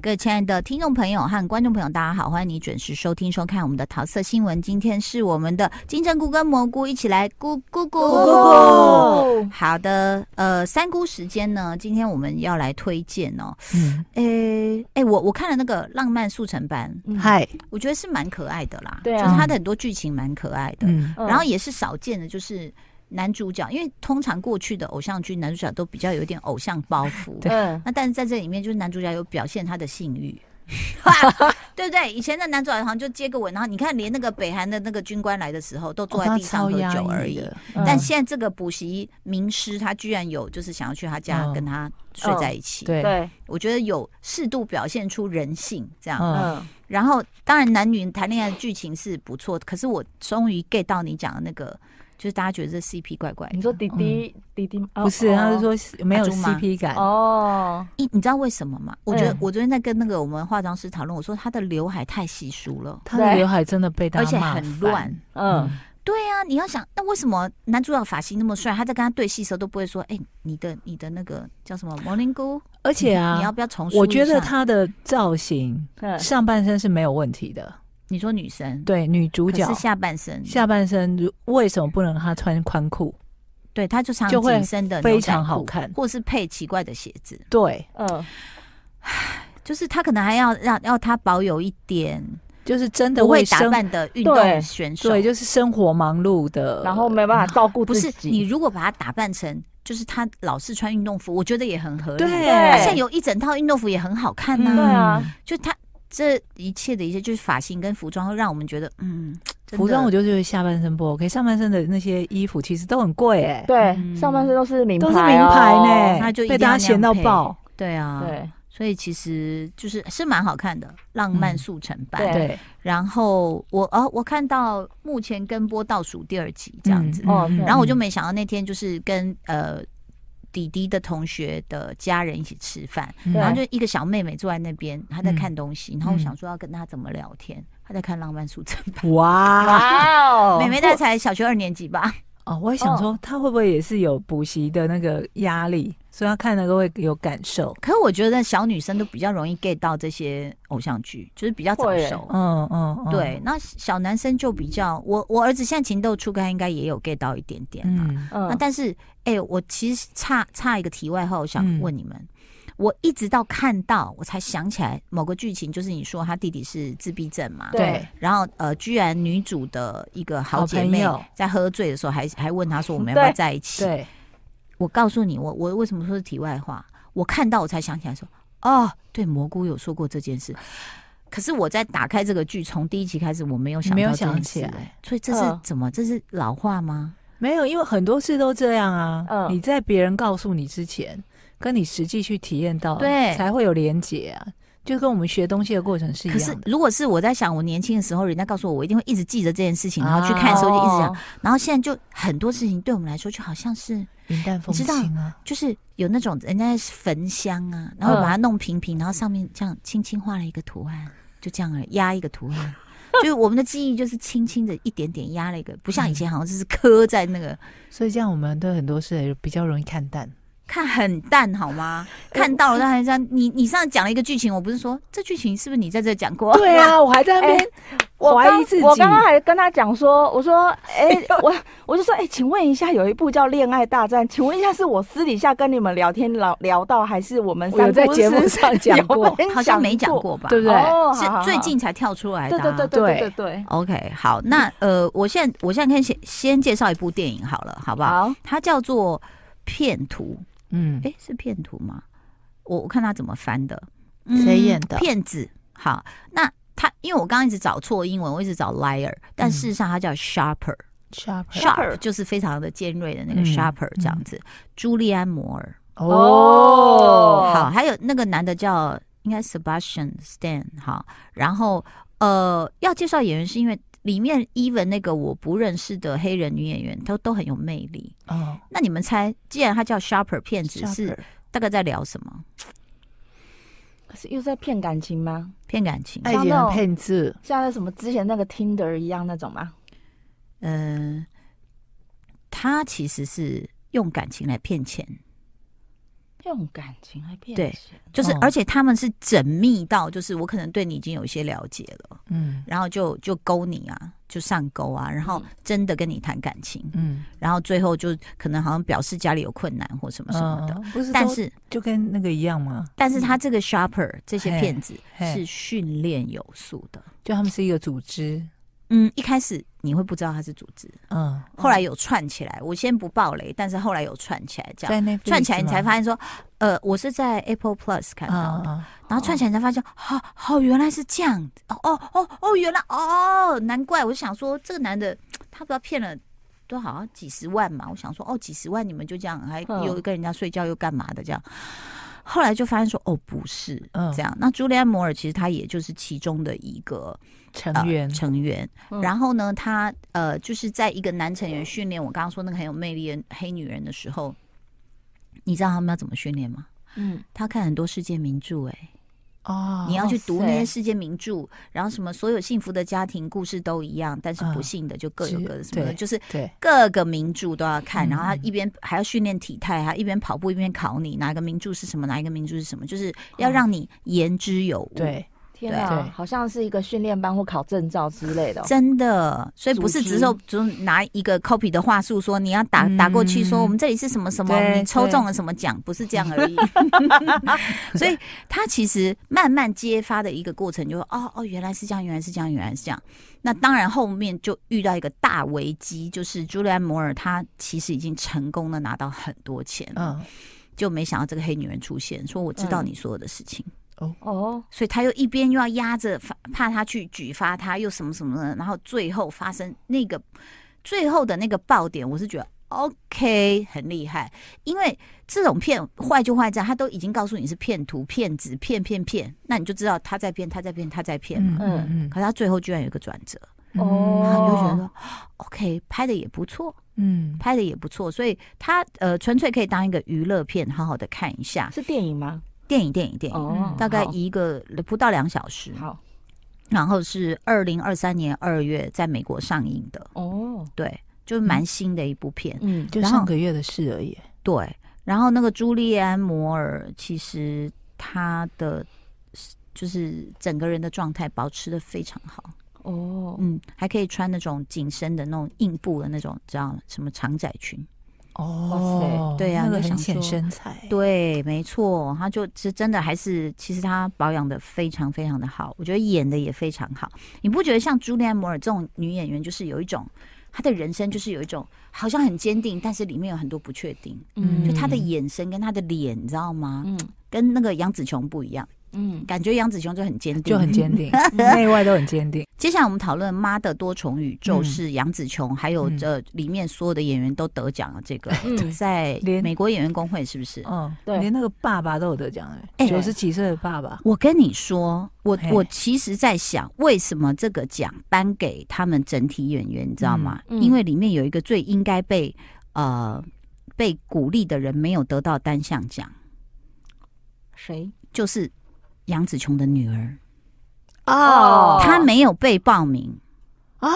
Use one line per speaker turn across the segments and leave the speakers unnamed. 各位亲爱的听众朋友和观众朋友，大家好，欢迎你准时收听收看我们的桃色新闻。今天是我们的金针菇跟蘑菇一起来咕咕咕
咕咕
好的，呃，三姑时间呢，今天我们要来推荐哦，
嗯，
诶诶，我我看了那个《浪漫速成班》，
嗨，
我觉得是蛮可爱的啦，
对啊
就是它的很多剧情蛮可爱的，
嗯
嗯
然后也是少见的，就是。男主角，因为通常过去的偶像剧男主角都比较有一点偶像包 袱，
嗯，
那但是在这里面，就是男主角有表现他的性欲， 对不对？以前的男主角好像就接个吻，然后你看，连那个北韩的那个军官来的时候，都
哦
坐在地上喝酒而已。
嗯
但现在这个补习名师，他居然有就是想要去他家
嗯
跟他睡在一起。
对，
对，
我觉得有适度表现出人性这样。
嗯
嗯，
然后，当然男女谈恋爱的剧情是不错，可是我终于 get 到你讲的那个，就是大家觉得这 CP 怪怪的。
你说弟弟弟弟哦
嗯不是，他是说没有
阿朱吗
CP 感，
哦，
你你知道为什么吗？我觉得
嗯
我昨天在跟那个我们化妆师讨论，我说他的刘海太稀疏了，
他的
对
刘海真的被大
而
家
且
骂
很乱。
嗯，
对啊，你要想，那为什么男主角发型那么帅，他在跟他对戏的时候都不会说，哎、你的你的那个叫什么毛灵菇？
而且
你要
啊，
不要重说？
我觉得他的造型
嗯
上半身是没有问题的，
你说女生
对，女主
可
角
是下半身，
下半身如为什么不能让她穿宽裤？
对，他就穿
就会
紧身的
非
牛仔
常好
裤
看
或是配奇怪的鞋子，
对，
嗯，
就是他可能还要让要他保有一点
就是真的
不会
为
打
生
扮的运动
对
选手，
对，就是生活忙碌的，
然后没办法照顾
不
自
是
己，
你如果把它打扮成，就是他老是穿运动服，我觉得也很合理。
对，
他
对
现在有一整套运动服也很好看呐、
嗯
对啊，
就他这一切的一些，就是发型跟服装，会让我们觉得，嗯，真的
服装我就觉得下半身不 OK，上半身的那些衣服其实都很贵哎、
对
嗯，
上半身都是名牌
都
哦，
是名牌呢、
那就一定
被
要
大家嫌到爆。
对啊，，
对，
所以其实就是是蛮好看的，浪漫
嗯
速成班。
对
对，
然后我哦，我看到目前跟播倒数第二集这样子，
嗯
哦对
然后我就没想到那天就是跟呃弟弟的同学的家人一起吃饭，
嗯
对
然后就一个小妹妹坐在那边，她在
嗯
看东西，然后我想说要跟她怎么聊天，她在看《浪漫速成班》
哇
哇 哦，
妹妹大概才小学二年级吧，
哦，我也想说他会不会也是有补习的那个压力，所以他看了都会有感受。
可是我觉得小女生都比较容易 get 到这些偶像剧，就是比较早
会耶
熟。
嗯嗯，嗯
对，，那小男生就比较，我我儿子现在情窦初开，应该也有 get 到一点点啦。
嗯
嗯
那但是，哎、我其实差差一个题外话，我想
嗯
问你们，我一直到看到我才想起来某个剧情，就是你说他弟弟是自闭症嘛，
对
然后呃，居然女主的一个好
好
姐
朋
妹
友
在喝醉的时候还，还问他说我们要不要
对
在一起？
对，
我告诉你，我我为什么说是题外话？我看到我才想起来说，哦，对，蘑菇有说过这件事。可是我在打开这个剧，从第一集开始，我没有想到
没有
这件
想起
事
来
哎所以这是
嗯
怎么？这是老话吗？
没有，因为很多事都这样啊。
嗯
你在别人告诉你之前，跟你实际去体验到，
对
才会有连结啊。就跟我们学东西的过程是一
可是
样的。
如果是我在想，我年轻的时候，人家告诉我，我一定会一直记着这件事情，然后去看的时候就一直想。
啊
哦，
然后现在就很多事情对我们来说，就好像是
云淡风
你知道
轻啊，
就是有那种人家在焚香啊，然后把它弄平平，然后上面这样轻轻画了一个图案，就这样而已压一个图 案。就是我们的记忆，就是轻轻的一点点压了一个，不像以前好像就是刻在那个，
所以这样我们对很多事也比较容易看淡。
看很淡好吗？看到了，但还这样。你你上次讲了一个剧情，我不是说这剧情是不是你在这讲过？
对啊，我还在那边
我
怀
刚
疑自己。
我刚刚还跟他讲说，我说， 哎、我我就说，哎、请问一下，有一部叫《恋爱大战》，请问一下，是我私底下跟你们聊天聊聊到，还是我们
我有
三
在
姑
节目
是
上讲
有
过，
分
好像没
享
讲过吧？
对不对？
哦，好好
是
好
最近才跳出来的、
对
啊。
对对对
对
对对对，
OK，好，那呃，我现在我现在看先先介绍一部电影好了，好不好？
好，
它叫做《骗徒》，
嗯，
诶，是骗徒吗？我我看他怎么翻的，
谁演的
骗子。好，那他因为我刚刚一直找错英文，我一直找 liar，但
嗯
事实上它叫 sharper，sharp、
sharp
sharp 就是非常的尖锐的那个
嗯
sharper 这样子。朱利安·摩尔，
哦，
哦
好，还有那个男的叫应该 Sebastian Stan 哈，然后呃要介绍演员是因为里面 even 那个我不认识的黑人女演员都都很有魅力。
哦，
那你们猜，既然他叫 Sharper 骗子，是
Sharper
大概在聊什么？
可是又在骗感情吗？
骗感情？
爱情
像那
的
种
骗子，
像那什么之前那个 Tinder 一样那种吗？
嗯、他其实是用感情来骗钱。
用感情来骗
对
钱，
就是
哦
而且他们是缜密到，就是我可能对你已经有一些了解了，
嗯
然后就就勾你啊，就上钩啊，然后真的跟你谈感情，
嗯
然后最后就可能好像表示家里有困难或什么什么的，
嗯不是都，
但是
就跟那个一样嘛，
但是他这个 shopper 这些骗子
嘿
是训练有素的。
就他们是一个组织，
嗯，一开始你会不知道他是组织，
嗯，
后来有串起来。我先不爆雷，但是后来有串起来，这样
在那
串起来你才发现说，呃，我是在 Apple Plus 看到的，
啊，
然后串起来才发现，好好原来是这样子，哦哦哦哦，原来哦，难怪我就想说这个男的他不知道骗了。多好像几十万嘛，我想说哦，几十万你们就这样，还
嗯
又跟人家睡觉又干嘛的这样，后来就发现说哦不是，
嗯
这样。那朱莉安·摩尔其实她也就是其中的一个
成员
呃、成员。
嗯
然后呢，她呃就是在一个男成员训练我刚刚说那个很有魅力的黑女人的时候，你知道他们要怎么训练吗？
嗯，
他看很多世界名著、欸，哎、
哦
你要去读
哇塞
那些世界名著，然后什么所有幸福的家庭故事都一样，但是不
嗯
幸的就各有
是
各的什么的，
对
就是
对，
各个名著都要看，
嗯
然后他一边还要训练体态，还一边跑步一边考你哪一个名著是什么，哪一个名著是什么，就是要让你言之有物。
对，
天
对
哪，
对
好像是一个训练班或考证照之类的哦。
真的，所以不是
组织
只是只拿一个 copy 的话术说你要打
嗯
打过去，说我们这里是什么什么，
对
你抽中了什么奖，不是这样而已。所以他其实慢慢揭发的一个过程，就说哦哦，原来是这样，原来是这样，原来是这样。那当然后面就遇到一个大危机，就是朱利安·摩尔她其实已经成功的拿到很多钱，嗯，
嗯，
就没想到这个黑女人出现，说我知道
嗯
你所有的事情。
哦，
所以他又一边又要压着，发怕他去举发他，又什么什么的，然后最后发生那个最后的那个爆点，我是觉得 OK 很厉害，因为这种骗坏就坏在他都已经告诉你是骗徒、骗子、骗骗骗，那你就知道他在骗，他在骗，他在骗嘛。
嗯
可是他最后居然有一个转折，
嗯
然后你就觉
哦
得 OK 拍的也不错，
嗯，
拍的也不错，所以他呃纯粹可以当一个娱乐片，好好的看一下
是电影吗？
电影，电影，电影，
哦，
大概
好
一个不到两小时。
好
然后是二零二三年二月在美国上映的，
哦，
对，就是蛮新的一部片，
嗯，
就
然后
上个月的事而已，
对。然后那个朱利安·摩尔，其实她的就是整个人的状态保持的非常好，
哦，
嗯，还可以穿那种紧身的那种硬布的那种，知道吗？什么长窄裙？
哦，
对啊
那
就
个很
想
显
说
身材，
对，没错，她就是真的还是，其实她保养的非常非常的好，我觉得演的也非常好。你不觉得像朱莉安·摩尔这种女演员，就是有一种她的人生就是有一种好像很坚定，但是里面有很多不确定，
嗯
就她的眼神跟她的脸，你知道吗？
嗯
跟那个杨紫琼不一样，
嗯，
感觉杨紫琼就很坚定，
就很坚 定，内外都很坚定，
接下来我们讨论《妈的多重宇宙》
嗯
是杨紫琼，还有
嗯
这里面所有的演员都得奖了。这个、
嗯
在
连
美国演员工会是不是？
嗯，
对
连那个爸爸都有得奖
哎
哎，九十几岁的爸爸，
我跟你说，我
嘿
我其实在想，为什么这个奖颁给他们整体演员，你知道吗？
嗯嗯
因为里面有一个最应该被呃被鼓励的人没有得到单项奖，
谁？
就是杨紫琼的女儿，
哦
她没有被报名，
啊，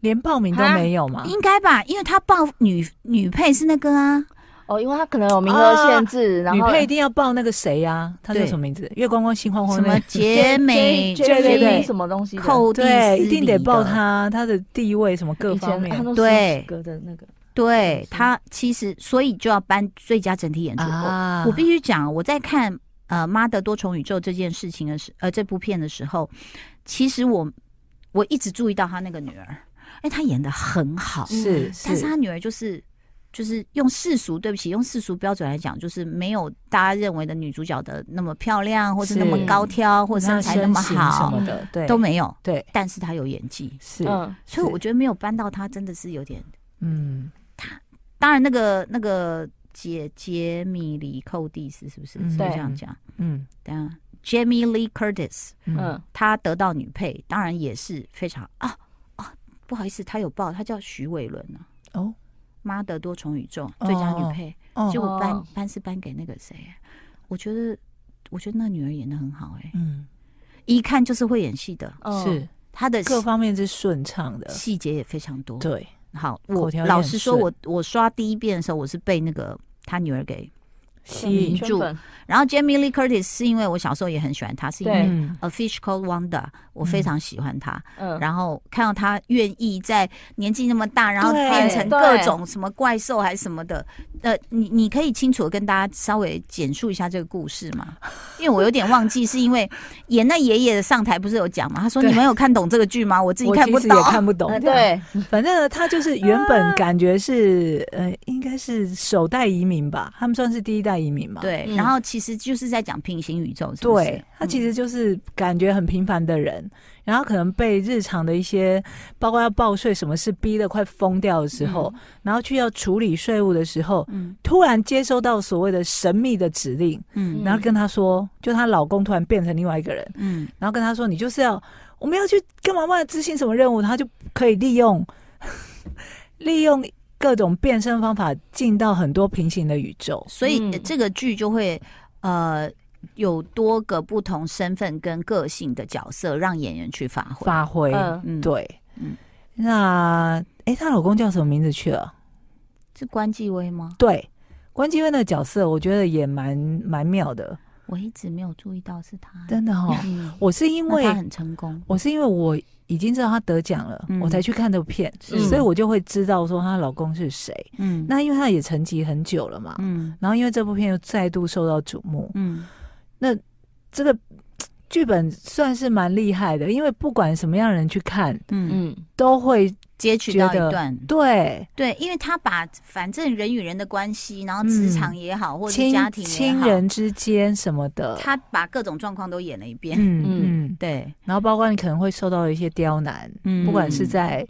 连报名都
啊
没有吗？
应该吧？因为她报女女配是那个啊，
哦，因为他可能有名额
哦
限制，然
女
后
配一定要报那个谁呀？他叫
对
什么名字？月光光、心慌慌
什
那
么
个
杰美
J- J-
对对
J-
对
什么东西的？
寇蒂斯
对，一定得
里
报
的
他，他的地位什么各
以
方
前他
面。
都
对
哥的那个，
对
是
他其实，所以就要颁最佳整体演出。
啊
我我必须讲，我在看呃《妈的多重宇宙》这件事情的时，呃这部片的时候，其实我我一直注意到他那个女儿，哎、她演的很好，
是
嗯
但是她女儿就是。就是用世俗，对不起，用世俗标准来讲，就是没有大家认为的女主角的那么漂亮，或是那么
是
高挑，或
或
者身材那么
什
好，
么的，对，
都没有。
对，
但是她有演技，
是，
嗯，
所以
是
我觉得没有搬到她真的是有点
嗯
当然，那个那个杰杰米里寇蒂斯是不是？
嗯
是不是
对
这样讲？
嗯
等一下，Jamie Lee Curtis，
嗯
嗯，
她得到女配，当然也是非常啊啊，不好意思，她有报，她叫徐伟伦啊，
哦
《妈的多重宇宙》最佳女配，
哦
结果颁
哦
颁是颁给那个谁？啊我觉得，我觉得那女儿演的很好，哎，
嗯
一看就是会演戏的，
嗯
是
她的
各方面是顺畅的，
细节也非常多。
对，
好，
口
我
条也
老
很
实说，
顺
我我刷第一遍的时候，我是被那个他女儿给
吸引
住
圈粉
然后 Jamie Lee Curtis 是因为我小时候也很喜欢她，是因
对
为
嗯
A Fish Called Wanda，我非常喜欢她。
嗯，
然后看到她愿意在年纪那么大，然后
对
变成
对
各种什么怪兽还是什么的，呃，你你可以清楚的跟大家稍微简述一下这个故事吗？因为我有点忘记，是因 为演那爷爷的上台不是有讲吗？他说
对
你们有看懂这个剧吗？我自己
我
看不
其实也
懂。
看不懂
呃。对，
反正呢，他就是原本感觉是呃，应该是首代移民吧，他们算是第一代移民嘛。
对，
嗯
然后其实就是在讲平行宇宙，是不是
对，他其实就是感觉很平凡的人，然后可能被日常的一些，包括要报税什么事逼得快疯掉的时候，然后去要处理税务的时候，
嗯
突然接收到所谓的神秘的指令，
嗯
然后跟她说，就她老公突然变成另外一个人，
嗯，
然后跟她说，你就是要我们要去干嘛嘛执行什么任务，她就可以利用 利用各种变身方法进到很多平行的宇宙。
所以
嗯
呃这个剧就会呃有多个不同身份跟个性的角色，让演员去发挥。
发挥，
嗯
嗯，
对，
嗯
那诶，她老公叫什么名字去了？
是关继威吗？
对，关继威那个角色，我觉得也蛮蛮妙的，
我一直没有注意到是他，
真的哦。
嗯，
我是因
因
为
他很成功。
我是因为我已经知道她得奖了，
嗯
我才去看这部片，
是
所以我就会知道说她老公是谁。
嗯
那因为她也沉寂很久了嘛，
嗯
然后因为这部片又再度受到瞩目，
嗯
这个剧本算是蛮厉害的，因为不管什么样的人去看，
嗯，
嗯，
都会
截取到
觉得
一段。
对
对，因为他把反正人与人的关系，然后职场也好，或者是
亲
家庭也
亲
好，
人之间什么的，
他把各种状况都演了一遍。
嗯
嗯
嗯，
对，
然后包括你可能会受到一些刁难，
嗯
不管是在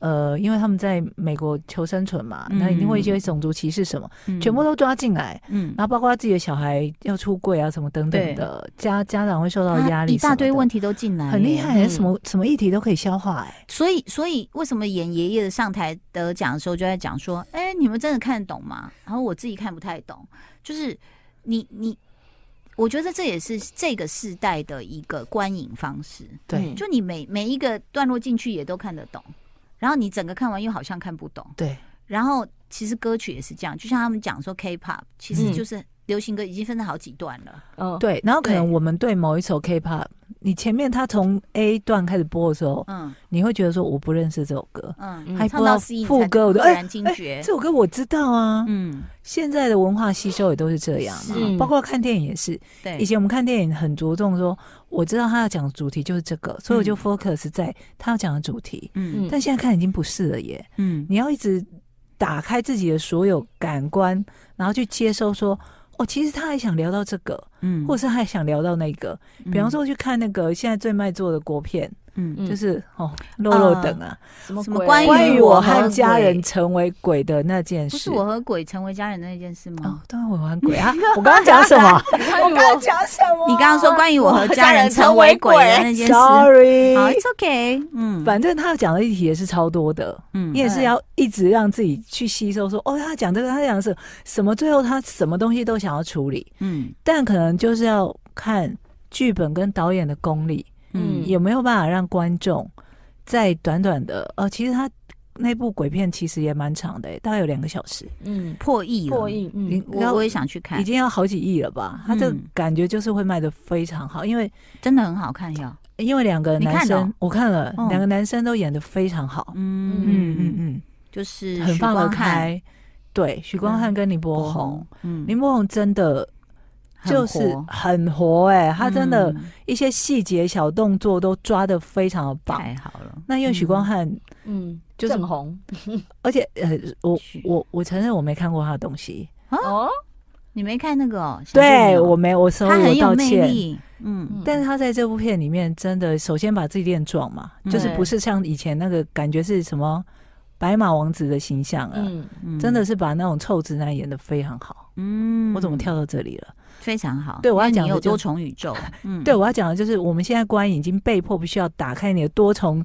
呃，因为他们在美国求生存嘛，
嗯
那一定会一些种族歧视什么，全部
都
都抓进来。
嗯，
然后包括他自己的小孩要出柜啊什么等等的，家家长会受到压
他
力，
啊一大堆问题
题，
都进来，
很厉害，
嗯
什么什么议题都可以消化。哎，
所以，所以为什么演爷爷的上台得奖的时候就在讲说，哎、你们真的看得懂吗？然后我自己看不太懂，就是你你，我觉得这也是这个世代的一个观影方式，
对
嗯
就你每每一个段落进去也都看得懂，然后你整个看完又好像看不懂，
对，
然后其实歌曲也是这样，就像他们讲说 K-pop，其实
嗯
就是流行歌已经分成好几段了，
嗯，
对，然后可能
对
我们对某一首 K-pop，你前面他从 A 段开始播的时候，
嗯
你会觉得说我不认识这首歌，
嗯，
还
唱
不知道
到 C 你
副
才
歌，我
突
就哎
然惊觉，
这首歌我知道啊。
嗯，
现在的文化吸收也都是这样嘛
是，
包括看电影也是。
对，
以前我们看电影很着重说，我知道他要讲的主题就是这个，所以我就
嗯
focus 在他要讲的主题。
嗯
但现在看已经不是了耶，
嗯
你要一直打开自己的所有感官，然后去接收说，哦，其实他还想聊到这个，
嗯
或是他还想聊到那个。比方说去看那个现在最卖座的国片，
嗯
嗯
就是哦，肉肉等啊，
什么
什么
鬼
关
关于我和
鬼
家人成为鬼的那件
不
事
是。我和鬼成为家人的那件事
哦
吗？，
当然我和 鬼啊！我刚刚讲什么？
关于我
讲什 么
你刚刚说关于我和家人成为鬼的那件事， 好
Sorry，
，It's OK，嗯，
反正他讲的议题也是超多的，
嗯
你也是
对
要一直让自己去吸收说哦，他讲这个，他讲是什么，最后他什么东西都想要处理，
嗯
但可能就是要看剧本跟导演的功力，
嗯
嗯
有没有办法让观众在短短的呃，其实他那部鬼片其实也蛮长的、大概有两个小时，
嗯，
破亿了
破，亿，
你
嗯，
我我也想去看
已，经要好几亿了吧？他这个
嗯
感觉就是会卖的非常好，因为
真的很好看哟。
因为两个
你
男
看了
生，
哦
我看了
嗯
两个男生都演的非常好，嗯
嗯
嗯
嗯嗯，
嗯。
就是
很
许
放得
光汉、
开。对，许光汉跟林柏宏，，
嗯，
林柏宏真的
很
就
活
是很活哎、他真的
嗯
一些细节小动作都抓的非常的棒。
太好了，
那因为许光汉，
嗯，
就是
郑红
而且呃，我
许
我我承认我没看过他的东西，
哦，
你没看那个哦？小
对
镇哦
我没我收
他很
我
有
道
魅
歉。
力，嗯
但是他在这部片里面真的，首先把自己练壮嘛，
嗯
就是不是像以前那个感觉是什么白马王子的形象啊，
嗯
嗯
真的是把那种臭直男演的非常好。
嗯
我怎么跳到这里了？
非常好？
对我要
因为
讲
你
的
有
就
多重宇宙，嗯，
对，我要讲的就是，我们现在观影已经被迫必须要打开你的多重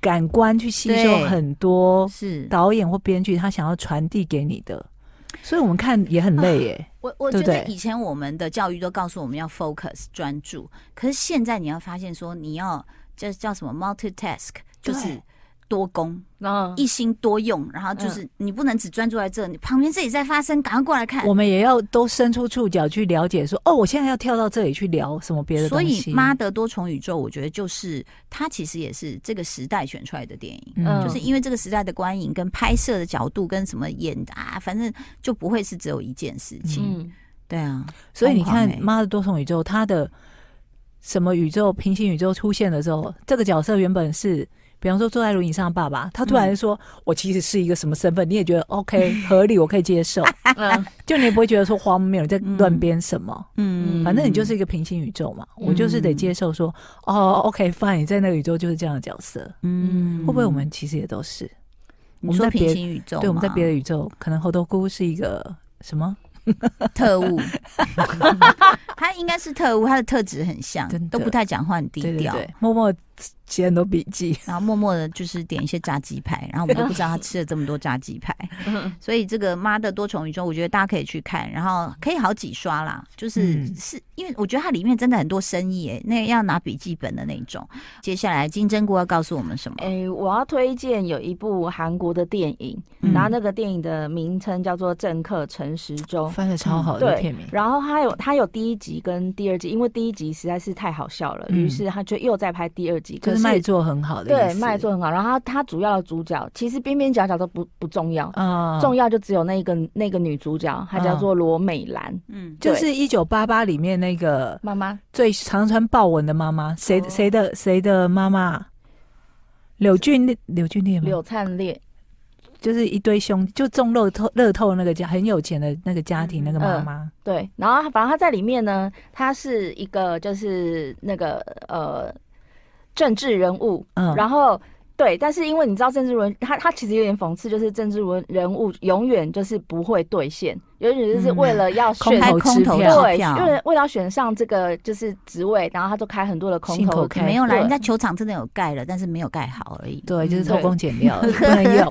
感官去吸收
对
很多
是
导演或编剧他想要传递给你的，所以我们看也很累耶。
我我
对
觉
不
得
对
以前我们的教育都告诉我们要 focus 专注，可是现在你要发现说你要这叫什么 multitask，就是多功，
嗯，
一心多用，然后
嗯
就是你不能只专注在这，你旁边这里在发生，赶快过来看
我。们也要都伸出触角去了解说，哦，我现在要跳到这里去聊什么别的东
所
西。
以《妈的多重宇宙》，我觉得就是它其实也是这个时代选出来的电影，
嗯
就是因为这个时代的观影跟拍摄的角度跟什么演啊，反正就不会是只有一件事情。
嗯，
对啊，
所以你看
疯狂
《
欸
妈的多重宇宙》，它的什么宇宙平行宇宙出现的时候，这个角色原本是，比方说坐在轮椅上的爸爸，他突然说：“我其实是一个什么身份？”你也觉得 OK 合理，我可以接受，
嗯
就你也不会觉得说荒谬，你在乱编什么。
嗯
反正你就是一个平行宇宙嘛，我就是得接受说，哦，OK fine，你在那个宇宙就是这样的角色，
嗯，
会不会我们其实也都是？我
你
们
说
在
平
别
行宇宙吗？
对，我们在别的宇宙，可能猴头菇是一个什么？
特务， 他应该是特务，他的特质很像
真，的
都不太讲话，很低
对对
调，
对，默默写很多笔 记。
然后默默的就是点一些炸鸡排，然后我们都不知道他吃了这么多炸鸡排，
嗯
所以这个《妈的多重宇宙》，我觉得大家可以去看，然后可以好几刷啦，就是、
嗯
是因为我觉得它里面真的很多深意，诶，那个要拿笔记本的那种。接下来金针菇要告诉我们什么？
哎，我要推荐有一部韩国的电影，
嗯
然后那个电影的名称叫做《政客陈时中》。
翻的超好的
对
片名，
然后他有他有第一集跟第二集，因为第一集实在是太好笑了，
嗯
于是他就又在拍第二集。
就
可
是卖座很好的意
对
思，
卖座很好，然后他他主要的主角其实边边角角都不不重要，
啊，
重要就只有那个那个女主角，她叫做罗美兰
嗯，
就是一九八八里面那个
妈妈。
最常穿豹纹的妈妈，谁
哦
谁的谁的妈妈？柳俊烈柳俊烈吗
柳？灿烈，
就是一堆兄弟，就中乐透乐透那个家很有钱的那个家
嗯
庭那个妈妈，
对，然后反正他在里面呢，他是一个就是那个呃政治人物，
嗯，
然后对，但是因为你知道政治人，他他其实有点讽刺，就是政治人人物永远就是不会兑现，永远就是为了要选、
嗯空
开
头
空
支
头
票
支
对，
票
因，为为了要选上这个就是职位，然后他就开很多的空
信口
头
开
没有啦，
对
人家球场真的有盖了，但是没有盖好而已。嗯
对，就是偷
对
工减料，不能用，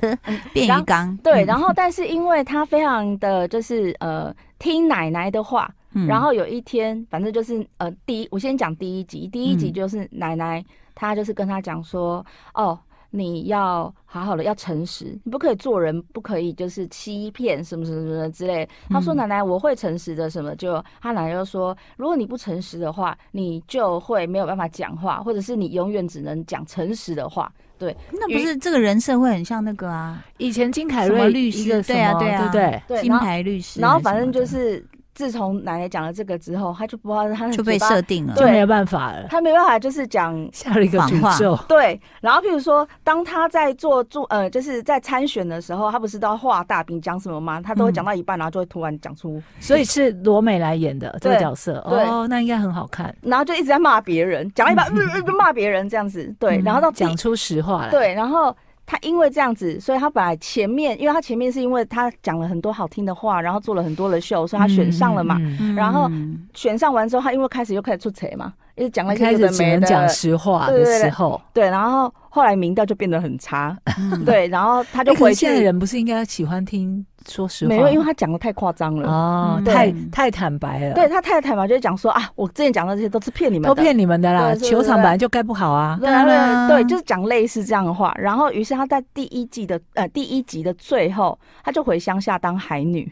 便
然
于
后
刚，
嗯
对，然后但是因为他非常的就是呃听奶奶的话，
嗯
然后有一天，反正就是呃，第一，我先讲第一集，第一集
嗯
就是奶奶，她就是跟他讲说，哦，你要好好的，要诚实，你不可以做人，不可以就是欺骗什么什么什么之类的。她说
嗯
奶奶，我会诚实的，什么就她奶奶就说，如果你不诚实的话，你就会没有办法讲话，或者是你永远只能讲诚实的话。
那不是这个人设会很像那个啊，
以前金凯
什么
瑞
律师
一个什么
对啊对啊
对不对？
对，
金
然后
牌律师还什么的，嗯
然后反正就是自从奶奶讲了这个之后，她就不知道她的
就被
嘴巴
设，定了。
就
对
没有办法了，
她没办法就是讲
下了一个
谎话
诅咒，
对，然后譬如说，当他在做助呃，就是在参选的时候，他不是都要画大饼讲什么吗？他都会讲到一半，然后就会突然讲出，
所以是罗美来演的这个角色
对
哦，那应该很好看。
然后就一直在骂别人，讲到一半，嗯嗯，就骂别人这样子。对，然后到
嗯
第
讲出实话来，，
对，然后他因为这样子，所以他本来前面，因为他前面是因为他讲了很多好听的话，然后做了很多的秀，所以他选上了嘛。
嗯。嗯嗯
嗯
然后选上完之后，他因为开始又开始出贼嘛，一直讲了一些
开
有
始
的
只
没
能讲
的，
实话的时候，
对，然后后来民调就变得很差，
嗯，
对，然后他就
哎可
回
是
去
现在，人不是应该喜欢听说实话
没
吗？
有，因为他讲的太夸张了。
哦，
嗯
太
对
太坦白了，
对，他太太嘛，就会讲说啊，我之前讲的这些都是骗你们
都
的，
骗你们的啦。
对对对
球场本来就盖不好啊，
对
当然
对对，就是讲类似这样的话。然后，于是他在第一季的呃第一集的最后，他就回乡下当海女。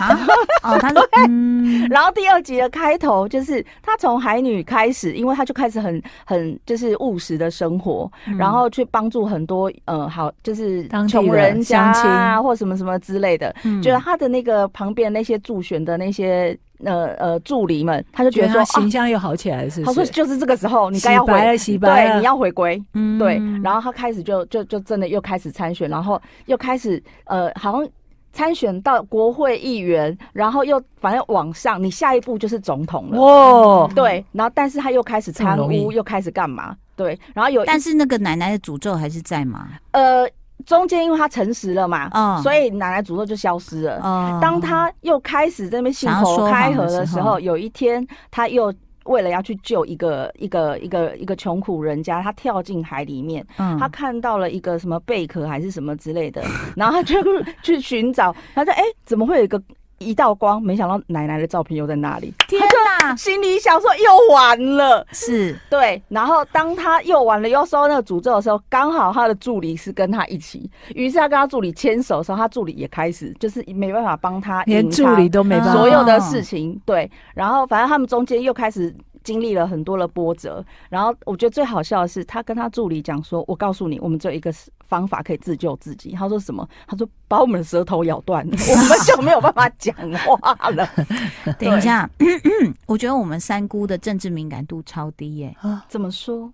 啊，哦，他说，嗯，
然后第二集的开头就是他从海女开始，因为他就开始很很就是务实的生活，然后去帮助很多呃好就是
嗯当地
穷
的
人家
乡
啊
亲
或什么什么之类的，
嗯
就是他的那个旁边那些助选的那些呃呃助理们，他就觉
觉
得
得
说
他
啊
形。象又好起来了，是
他
不
说：“
是？
就是这个时候，你
洗
该要回
白了，洗白
对，
了，
你要回归。
嗯
对，然后他开始就就就真的又开始参选，然后又开始呃，好像参选到国会议员，然后又反正往上，你下一步就是总统了。
哇，
对，然后但是他又开始
这么
贪
容易
污，又开始干嘛？对，然后有一
但是那个奶奶的诅咒还是在嘛？
呃中间因为他诚实了嘛，
嗯
所以奶奶诅咒就消失了。
哦，
呃当他又开始在那边信
想要
口
说
开
谎
河
的
的
时
时
候
候，有一天他又为了要去救一个一个一个一个穷苦人家，他跳进海里面，
嗯
他看到了一个 什么贝壳还是什么之类的，然后他就去寻找，他说：“哎、怎么会有一个一道光，没想到奶奶的照片又在那里，
天哪，
心里想说又完了。
是
对，然后当他又完了又收到那个诅咒的时候，刚好他的助理是跟他一起，于是他跟他助理牵手的时候，他助理也开始就是没办法帮他
连
赢
助
他
理都没办法。
所有的事情，对，然后反正他们中间又开始经历了很多的波折，然后我觉得最好笑的是，他跟他助理讲说：“我告诉你，我们只有一个方法可以自救自己。”他说什么？他说把我们的舌头咬断， 我们就没有办法讲话了。
等一下， 我觉得我们三姑的政治敏感度超低耶、
啊，
怎么说？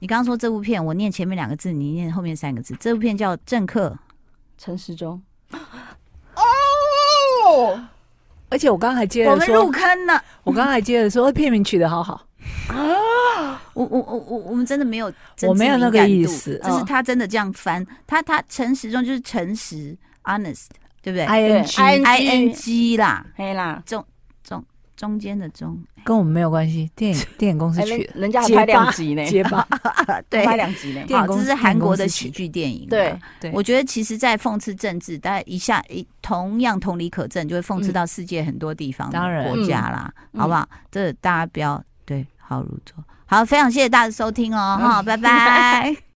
你刚刚说这部片，我念前面两个字，你念后面三个字。这部片叫《政客》，
陈时中。哦，
而且我刚刚还接
我
着
们入
说，
坑了。
我刚刚还接着说哎片名取得好好，
我我我我我们真的没有，
我没有那个意思嗯
就是他真的这样翻，他他诚实中就是诚实，honest，对不对
i n g
ING
？i n g 啦，
黑啦，
中间的中，
跟我们没有关系，电影电影公司
哎
取
人
的。
人家还
结巴
拍两集呢，
结巴，
对，
拍两集呢。
啊电
好，
影公
这
司
是韩国
电
的
影公司
喜
取
剧电影。啊
对，
对
我觉得其实，在讽刺政治，大家一下一同样同理可证，就会讽刺
嗯
到世界很多地方、
当然
国家啦，
嗯
好不好？
嗯
这大家不要对号入座。好，非常谢谢大家的收听哦，哈，拜拜。